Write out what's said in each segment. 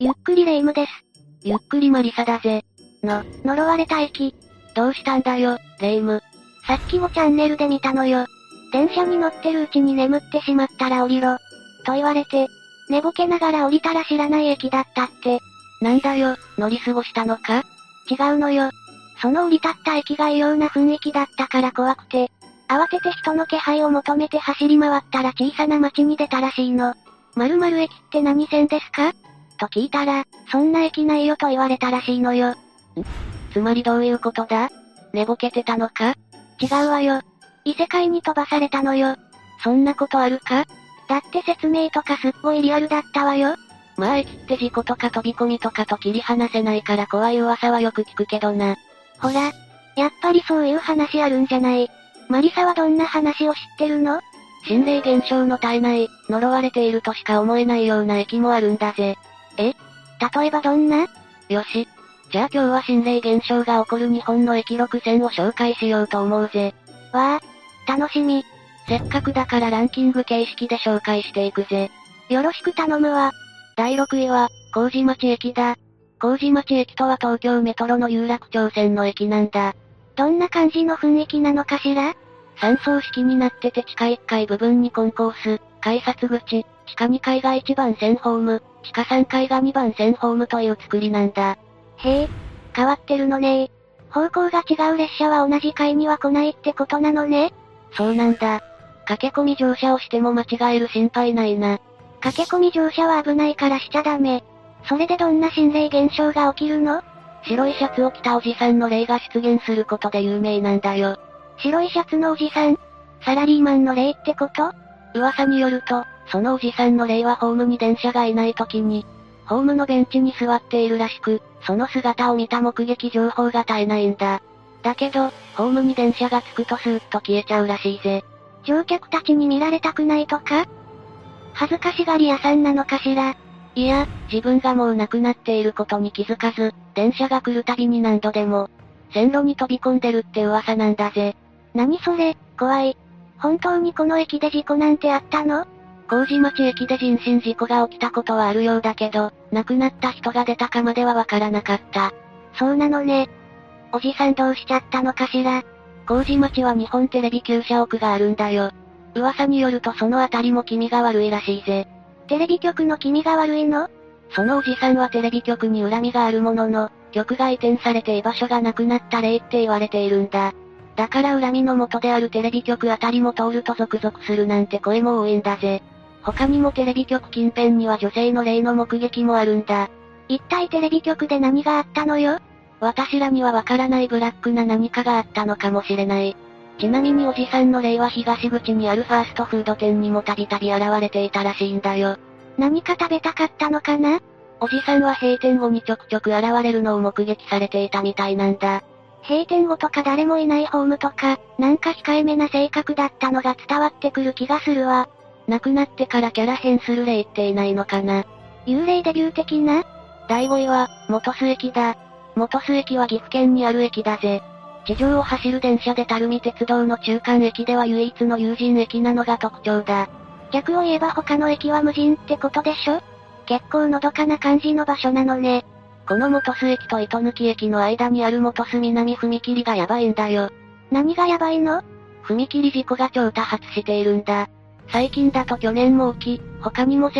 ゆっくりレ夢ムです。ゆっくりマリサだぜ。の、呪われた駅。どうしたんだよ、レ夢ム。さっきもチャンネルで見たのよ。電車に乗ってるうちに眠ってしまったら降りろ。と言われて、寝ぼけながら降りたら知らない駅だったって。なんだよ、乗り過ごしたのか違うのよ。その降り立った駅が異様な雰囲気だったから怖くて。慌てて人の気配を求めて走り回ったら小さな町に出たらしいの。〇〇駅って何線ですかと聞いたら、そんな駅ないよと言われたらしいのよ。つまりどういうことだ寝ぼけてたのか違うわよ。異世界に飛ばされたのよ。そんなことあるかだって説明とかすっごいリアルだったわよ。まあ駅って事故とか飛び込みとかと切り離せないから怖い噂はよく聞くけどな。ほら。やっぱりそういう話あるんじゃない。マリサはどんな話を知ってるの心霊現象の絶えない、呪われているとしか思えないような駅もあるんだぜ。例えばどんなよし。じゃあ今日は心霊現象が起こる日本の駅6選を紹介しようと思うぜ。わあ。楽しみ。せっかくだからランキング形式で紹介していくぜ。よろしく頼むわ。第6位は、麹町駅だ。麹町駅とは東京メトロの有楽町線の駅なんだ。どんな感じの雰囲気なのかしら三層式になってて地下1階部分にコンコース、改札口、地下2階が1番線ホーム、地下3階が2番線ホームという作りなんだ。へえ。変わってるのね方向が違う列車は同じ階には来ないってことなのね。そうなんだ。駆け込み乗車をしても間違える心配ないな。駆け込み乗車は危ないからしちゃダメ。それでどんな心霊現象が起きるの白いシャツを着たおじさんの霊が出現することで有名なんだよ。白いシャツのおじさんサラリーマンの霊ってこと噂によると、そのおじさんの霊はホームに電車がいない時に、ホームのベンチに座っているらしく、その姿を見た目撃情報が絶えないんだ。だけど、ホームに電車が着くとスーッと消えちゃうらしいぜ。乗客たちに見られたくないとか恥ずかしがり屋さんなのかしらいや、自分がもう亡くなっていることに気づかず、電車が来るたびに何度でも、線路に飛び込んでるって噂なんだぜ。何それ、怖い。本当にこの駅で事故なんてあったの麹町駅で人身事故が起きたことはあるようだけど、亡くなった人が出たかまではわからなかった。そうなのね。おじさんどうしちゃったのかしら麹町は日本テレビ旧社屋があるんだよ。噂によるとそのあたりも気味が悪いらしいぜ。テレビ局の気味が悪いのそのおじさんはテレビ局に恨みがあるものの、局が移転されて居場所がなくなった例って言われているんだ。だから恨みの元であるテレビ局あたりも通ると続々するなんて声も多いんだぜ。他にもテレビ局近辺には女性の霊の目撃もあるんだ。一体テレビ局で何があったのよ私らにはわからないブラックな何かがあったのかもしれない。ちなみにおじさんの霊は東口にあるファーストフード店にもたびたび現れていたらしいんだよ。何か食べたかったのかなおじさんは閉店後にちょくちょく現れるのを目撃されていたみたいなんだ。閉店後とか誰もいないホームとか、なんか控えめな性格だったのが伝わってくる気がするわ。亡くなってからキャラ変する例っていないのかな。幽霊デビュー的な第5位は、元須駅だ。元須駅は岐阜県にある駅だぜ。地上を走る電車で垂水鉄道の中間駅では唯一の有人駅なのが特徴だ。逆を言えば他の駅は無人ってことでしょ結構のどかな感じの場所なのね。この元須駅と糸抜駅の間にある元須南踏切がやばいんだよ。何がやばいの踏切事故が超多発しているんだ。最近だと去年も起き、他にも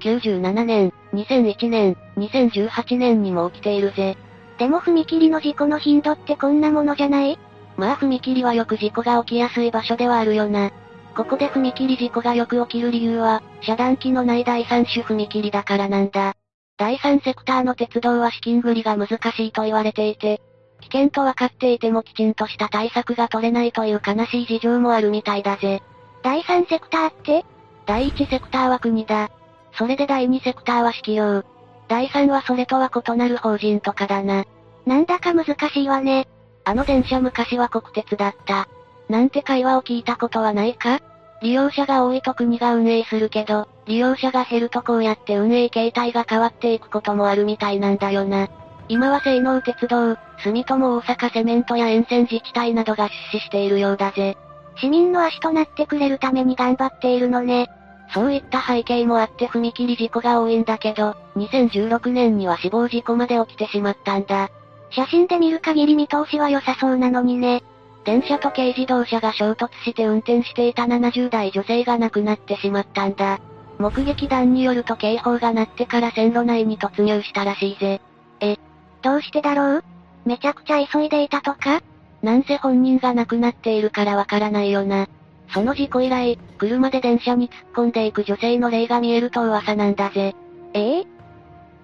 1997年、2001年、2018年にも起きているぜ。でも踏切の事故の頻度ってこんなものじゃないまあ踏切はよく事故が起きやすい場所ではあるよな。ここで踏切事故がよく起きる理由は、遮断機のない第三種踏切だからなんだ。第三セクターの鉄道は資金繰りが難しいと言われていて、危険と分かっていてもきちんとした対策が取れないという悲しい事情もあるみたいだぜ。第三セクターって第1セクターは国だ。それで第2セクターは市企業。第3はそれとは異なる法人とかだな。なんだか難しいわね。あの電車昔は国鉄だった。なんて会話を聞いたことはないか利用者が多いと国が運営するけど、利用者が減るとこうやって運営形態が変わっていくこともあるみたいなんだよな。今は西能鉄道、住友大阪セメントや沿線自治体などが出資しているようだぜ。市民の足となってくれるために頑張っているのね。そういった背景もあって踏切事故が多いんだけど、2016年には死亡事故まで起きてしまったんだ。写真で見る限り見通しは良さそうなのにね。電車と軽自動車が衝突して運転していた70代女性が亡くなってしまったんだ。目撃談によると警報が鳴ってから線路内に突入したらしいぜ。え、どうしてだろうめちゃくちゃ急いでいたとかなんせ本人が亡くなっているからわからないよな。その事故以来、車で電車に突っ込んでいく女性の霊が見えると噂なんだぜ。ええ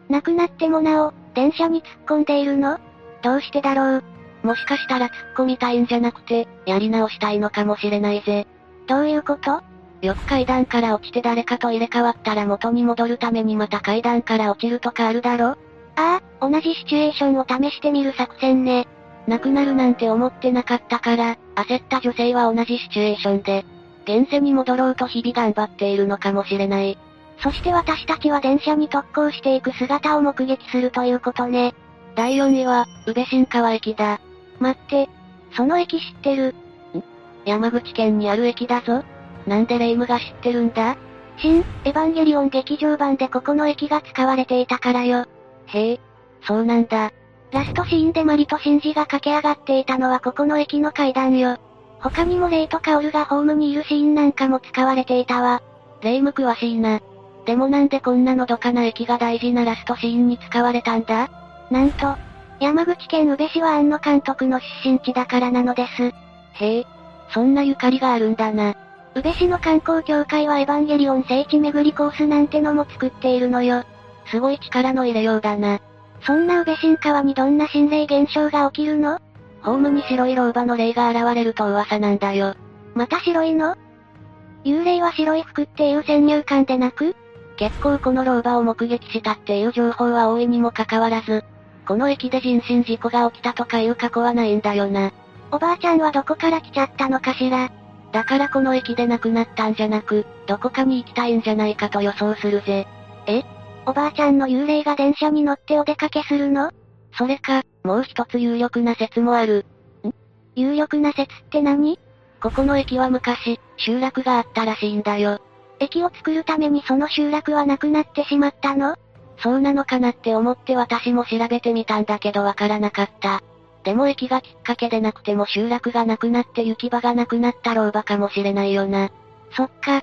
亡くなってもなお、電車に突っ込んでいるのどうしてだろうもしかしたら突っ込みたいんじゃなくて、やり直したいのかもしれないぜ。どういうことよく階段から落ちて誰かと入れ替わったら元に戻るためにまた階段から落ちるとかあるだろああ、同じシチュエーションを試してみる作戦ね。亡くなるなんて思ってなかったから、焦った女性は同じシチュエーションで、現世に戻ろうと日々頑張っているのかもしれない。そして私たちは電車に特攻していく姿を目撃するということね。第4位は、宇部新川駅だ。待って、その駅知ってる。ん山口県にある駅だぞ。なんでレイムが知ってるんだ新、エヴァンゲリオン劇場版でここの駅が使われていたからよ。へえ、そうなんだ。ラストシーンでマリとシンジが駆け上がっていたのはここの駅の階段よ。他にもレイとカオルがホームにいるシーンなんかも使われていたわ。レイム詳しいな。でもなんでこんなのどかな駅が大事なラストシーンに使われたんだなんと、山口県宇部市は庵野監督の出身地だからなのです。へえ、そんなゆかりがあるんだな。宇部市の観光協会はエヴァンゲリオン聖地巡りコースなんてのも作っているのよ。すごい力の入れようだな。そんな宇部新川にどんな心霊現象が起きるのホームに白い老婆の霊が現れると噂なんだよ。また白いの幽霊は白い服っていう先入観でなく結構この老婆を目撃したっていう情報は大いにもかかわらず、この駅で人身事故が起きたとかいう過去はないんだよな。おばあちゃんはどこから来ちゃったのかしらだからこの駅で亡くなったんじゃなく、どこかに行きたいんじゃないかと予想するぜ。えおばあちゃんの幽霊が電車に乗ってお出かけするのそれか、もう一つ有力な説もある。ん有力な説って何ここの駅は昔、集落があったらしいんだよ。駅を作るためにその集落はなくなってしまったのそうなのかなって思って私も調べてみたんだけどわからなかった。でも駅がきっかけでなくても集落がなくなって行き場がなくなった老婆かもしれないよな。そっか、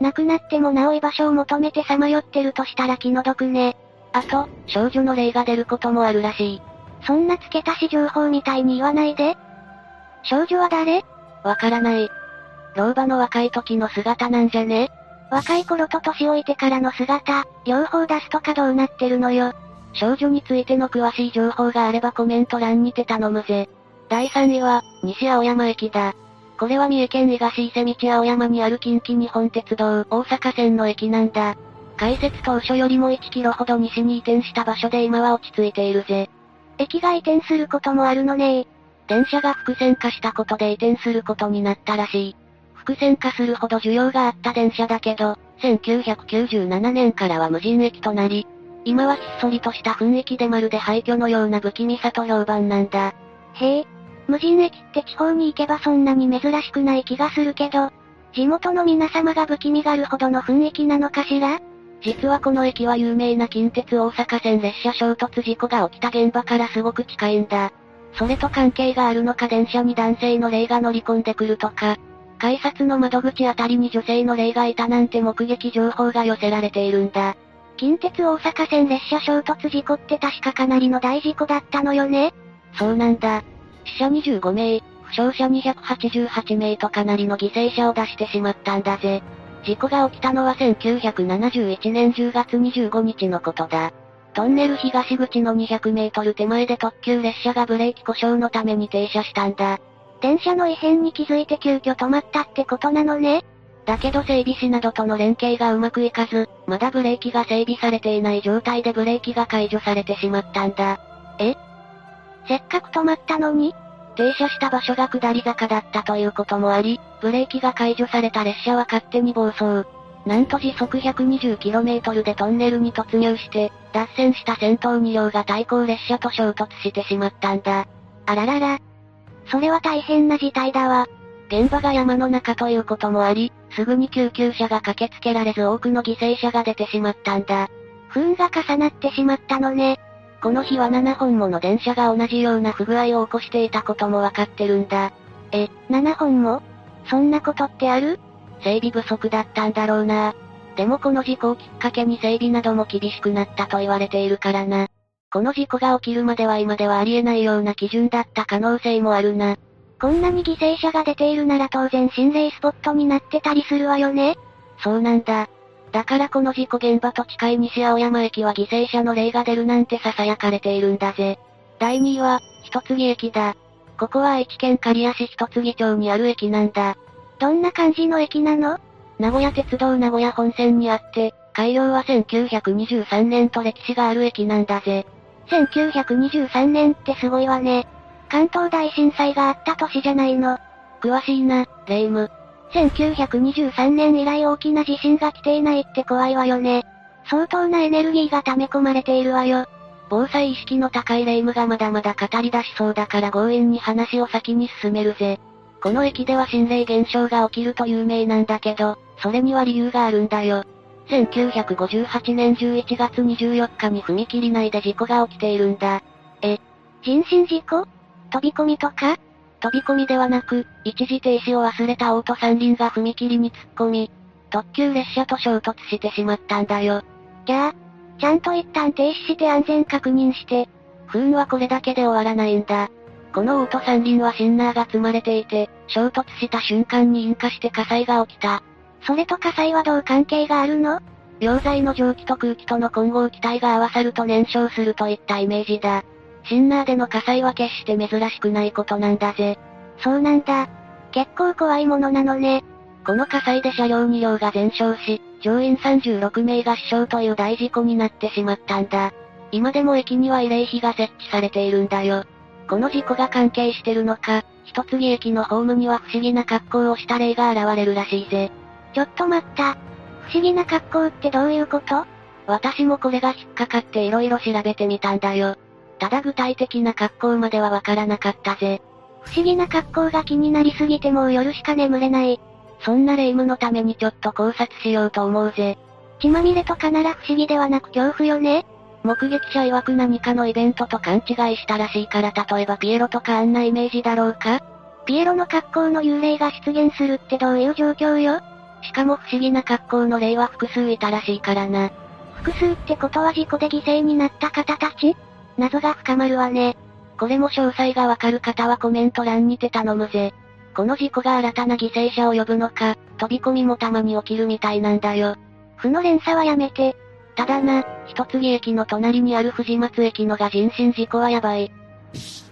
亡くなってもなお居場所を求めてさまよってるとしたら気の毒ね。あと、少女の霊が出ることもあるらしい。そんな付け足し情報みたいに言わないで。少女は誰わからない。老婆の若い時の姿なんじゃね若い頃と年老いてからの姿、両方出すとかどうなってるのよ。少女についての詳しい情報があればコメント欄にて頼むぜ。第3位は、西青山駅だ。これは三重県伊賀市伊勢道青山にある近畿日本鉄道大阪線の駅なんだ。開設当初よりも1キロほど西に移転した場所で今は落ち着いているぜ。駅が移転することもあるのね電車が複線化したことで移転することになったらしい。複線化するほど需要があった電車だけど、1997年からは無人駅となり、今はひっそりとした雰囲気でまるで廃墟のような不気味さと評判なんだ。へえ、無人駅って地方に行けばそんなに珍しくない気がするけど、地元の皆様が不気味がるほどの雰囲気なのかしら実はこの駅は有名な近鉄大阪線列車衝突事故が起きた現場からすごく近いんだ。それと関係があるのか電車に男性の霊が乗り込んでくるとか、改札の窓口あたりに女性の霊がいたなんて目撃情報が寄せられているんだ。近鉄大阪線列車衝突事故って確かかなりの大事故だったのよねそうなんだ。死者25名、負傷者288名とかなりの犠牲者を出してしまったんだぜ。事故が起きたのは1971年10月25日のことだ。トンネル東口の200メートル手前で特急列車がブレーキ故障のために停車したんだ。電車の異変に気づいて急遽止まったってことなのね。だけど整備士などとの連携がうまくいかず、まだブレーキが整備されていない状態でブレーキが解除されてしまったんだ。えせっかく止まったのに停車した場所が下り坂だったということもあり、ブレーキが解除された列車は勝手に暴走。なんと時速 120km でトンネルに突入して、脱線した先頭2両が対向列車と衝突してしまったんだ。あららら。それは大変な事態だわ。現場が山の中ということもあり、すぐに救急車が駆けつけられず多くの犠牲者が出てしまったんだ。不運が重なってしまったのね。この日は7本もの電車が同じような不具合を起こしていたこともわかってるんだ。え、7本もそんなことってある整備不足だったんだろうな。でもこの事故をきっかけに整備なども厳しくなったと言われているからな。この事故が起きるまでは今ではありえないような基準だった可能性もあるな。こんなに犠牲者が出ているなら当然心霊スポットになってたりするわよね。そうなんだ。だからこの事故現場と近い西青山駅は犠牲者の例が出るなんて囁かれているんだぜ。第2位は、一杉駅だ。ここは愛知県刈谷市一杉町にある駅なんだ。どんな感じの駅なの名古屋鉄道名古屋本線にあって、開業は1923年と歴史がある駅なんだぜ。 1923年ってすごいわね。関東大震災があった年じゃないの。詳しいな、レイム。 1923年以来大きな地震が来ていないって怖いわよね。相当なエネルギーが溜め込まれているわよ。防災意識の高いレイムがまだまだ語り出しそうだから強引に話を先に進めるぜ。この駅では心霊現象が起きると有名なんだけど、それには理由があるんだよ。1958年11月24日に踏切内で事故が起きているんだ。え、人身事故飛び込みとか飛び込みではなく、一時停止を忘れたオート三輪が踏切に突っ込み、特急列車と衝突してしまったんだよ。じゃあ、ちゃんと一旦停止して安全確認して。不運はこれだけで終わらないんだ。このオート三輪はシンナーが積まれていて、衝突した瞬間に引火して火災が起きた。それと火災はどう関係があるの溶剤の蒸気と空気との混合気体が合わさると燃焼するといったイメージだ。シンナーでの火災は決して珍しくないことなんだぜ。そうなんだ。結構怖いものなのね。この火災で車両2両が全焼し、乗員36名が死傷という大事故になってしまったんだ。今でも駅には慰霊碑が設置されているんだよ。この事故が関係してるのか、一次駅のホームには不思議な格好をした霊が現れるらしいぜ。ちょっと待った。不思議な格好ってどういうこと私もこれが引っかかって色々調べてみたんだよ。ただ具体的な格好まではわからなかったぜ。不思議な格好が気になりすぎてもう夜しか眠れない。そんな霊夢のためにちょっと考察しようと思うぜ。血まみれとかなら不思議ではなく恐怖よね。目撃者曰く何かのイベントと勘違いしたらしいから例えばピエロとかあんなイメージだろうかピエロの格好の幽霊が出現するってどういう状況よしかも不思議な格好の霊は複数いたらしいからな。複数ってことは事故で犠牲になった方たち謎が深まるわね。これも詳細がわかる方はコメント欄にて頼むぜ。この事故が新たな犠牲者を呼ぶのか、飛び込みもたまに起きるみたいなんだよ。負の連鎖はやめて。ただな、一次駅の隣にある藤松駅のが人身事故はやばい。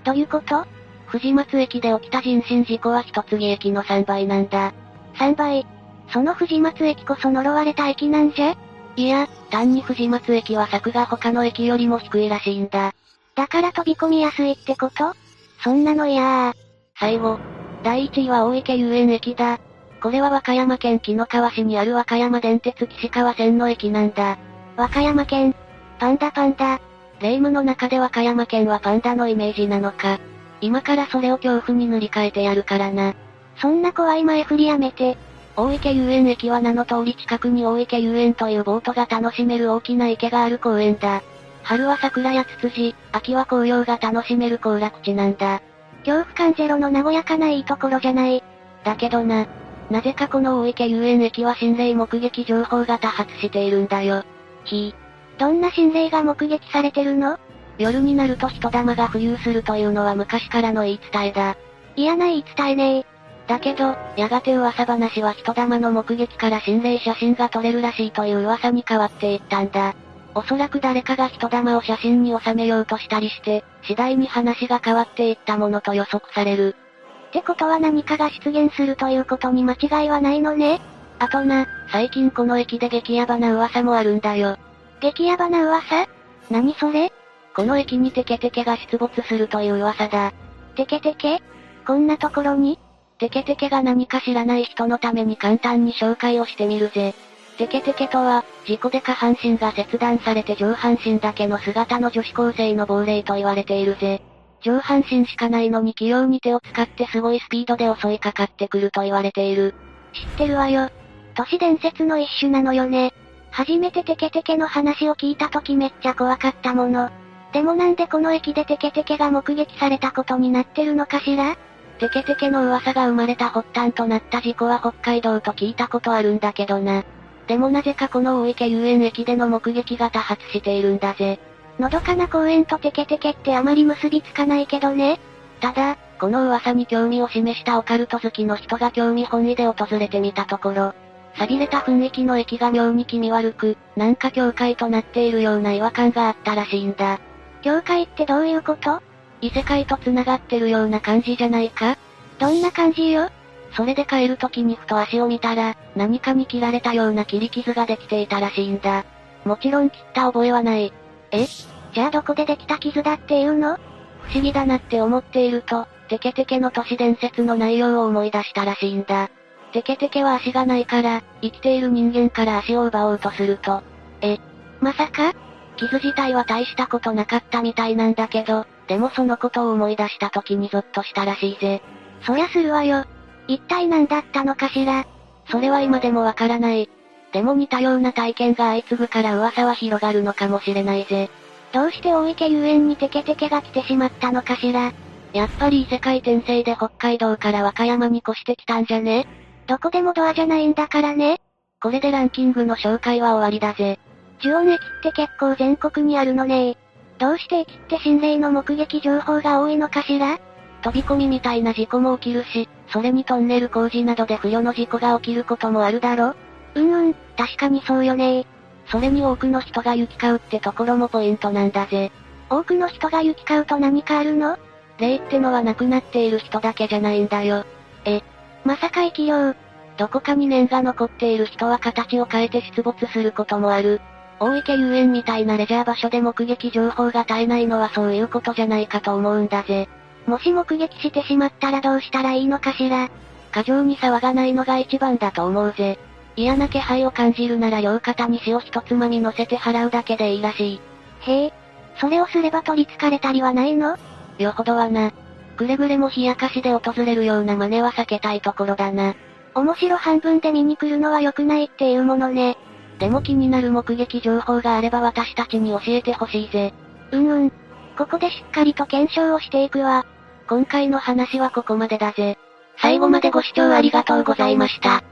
どういうこと藤松駅で起きた人身事故は一次駅の3倍なんだ。 3倍その藤松駅こそ呪われた駅なんじゃいや、単に藤松駅は柵が他の駅よりも低いらしいんだ。だから飛び込みやすいってことそんなの嫌ー。最後。第1位は大池遊園駅だ。これは和歌山県紀の川市にある和歌山電鉄岸川線の駅なんだ。和歌山県。パンダパンダ。霊夢の中で和歌山県はパンダのイメージなのか。今からそれを恐怖に塗り替えてやるからな。そんな怖い前振りやめて。大池遊園駅は名の通り近くに大池遊園というボートが楽しめる大きな池がある公園だ。春は桜やツツジ、秋は紅葉が楽しめる行楽地なんだ。恐怖感ゼロの名古屋かないいところじゃない。だけどな。なぜかこの大池遊園駅は心霊目撃情報が多発しているんだよ。ひどんな心霊が目撃されてるの夜になると人玉が浮遊するというのは昔からの言い伝えだ。嫌な言い伝えねえ。だけど、やがて噂話は人玉の目撃から心霊写真が撮れるらしいという噂に変わっていったんだ。おそらく誰かが人玉を写真に収めようとしたりして、次第に話が変わっていったものと予測される。ってことは何かが出現するということに間違いはないのね。あとな、最近この駅で激ヤバな噂もあるんだよ。激ヤバな噂何それこの駅にテケテケが出没するという噂だ。テケテケこんなところにテケテケが何か知らない人のために簡単に紹介をしてみるぜ。テケテケとは、事故で下半身が切断されて上半身だけの姿の女子高生の亡霊と言われているぜ。上半身しかないのに器用に手を使ってすごいスピードで襲いかかってくると言われている。知ってるわよ。都市伝説の一種なのよね。初めてテケテケの話を聞いた時めっちゃ怖かったもの。でもなんでこの駅でテケテケが目撃されたことになってるのかしらテケテケの噂が生まれた発端となった事故は北海道と聞いたことあるんだけどな。でもなぜかこの大池遊園駅での目撃が多発しているんだぜ。のどかな公園とテケテケってあまり結びつかないけどね。ただ、この噂に興味を示したオカルト好きの人が興味本位で訪れてみたところ、錆びれた雰囲気の駅が妙に気味悪く、なんか境界となっているような違和感があったらしいんだ。境界ってどういうこと異世界と繋がってるような感じじゃないかどんな感じよそれで帰る時にふと足を見たら、何かに切られたような切り傷ができていたらしいんだ。もちろん切った覚えはない。えじゃあどこでできた傷だっていうの不思議だなって思っていると、テケテケの都市伝説の内容を思い出したらしいんだ。テケテケは足がないから、生きている人間から足を奪おうとすると。え、まさか傷自体は大したことなかったみたいなんだけど、でもそのことを思い出した時にゾッとしたらしいぜ。そりゃするわよ。一体何だったのかしらそれは今でもわからない。でも似たような体験が相次ぐから噂は広がるのかもしれないぜ。どうして大池遊園にテケテケが来てしまったのかしらやっぱり異世界転生で北海道から和歌山に越してきたんじゃねどこでもドアじゃないんだからね。これでランキングの紹介は終わりだぜ。呪音駅って結構全国にあるのねどうして駅って心霊の目撃情報が多いのかしら飛び込みみたいな事故も起きるし、それにトンネル工事などで不慮の事故が起きることもあるだろうんうん、確かにそうよねそれに多くの人が行き交うってところもポイントなんだぜ。多くの人が行き交うと何かあるの霊ってのは亡くなっている人だけじゃないんだよ。え、まさか生きよう。どこかに念が残っている人は形を変えて出没することもある。大池遊園みたいなレジャー場所で目撃情報が絶えないのはそういうことじゃないかと思うんだぜ。もし目撃してしまったらどうしたらいいのかしら。過剰に騒がないのが一番だと思うぜ。嫌な気配を感じるなら両肩に塩一つまみ乗せて払うだけでいいらしい。へえ、それをすれば取り憑かれたりはないのよほどはな。くれぐれも冷やかしで訪れるような真似は避けたいところだな。面白半分で見に来るのは良くないっていうものね。でも気になる目撃情報があれば私たちに教えてほしいぜ。うんうん。ここでしっかりと検証をしていくわ。今回の話はここまでだぜ。最後までご視聴ありがとうございました。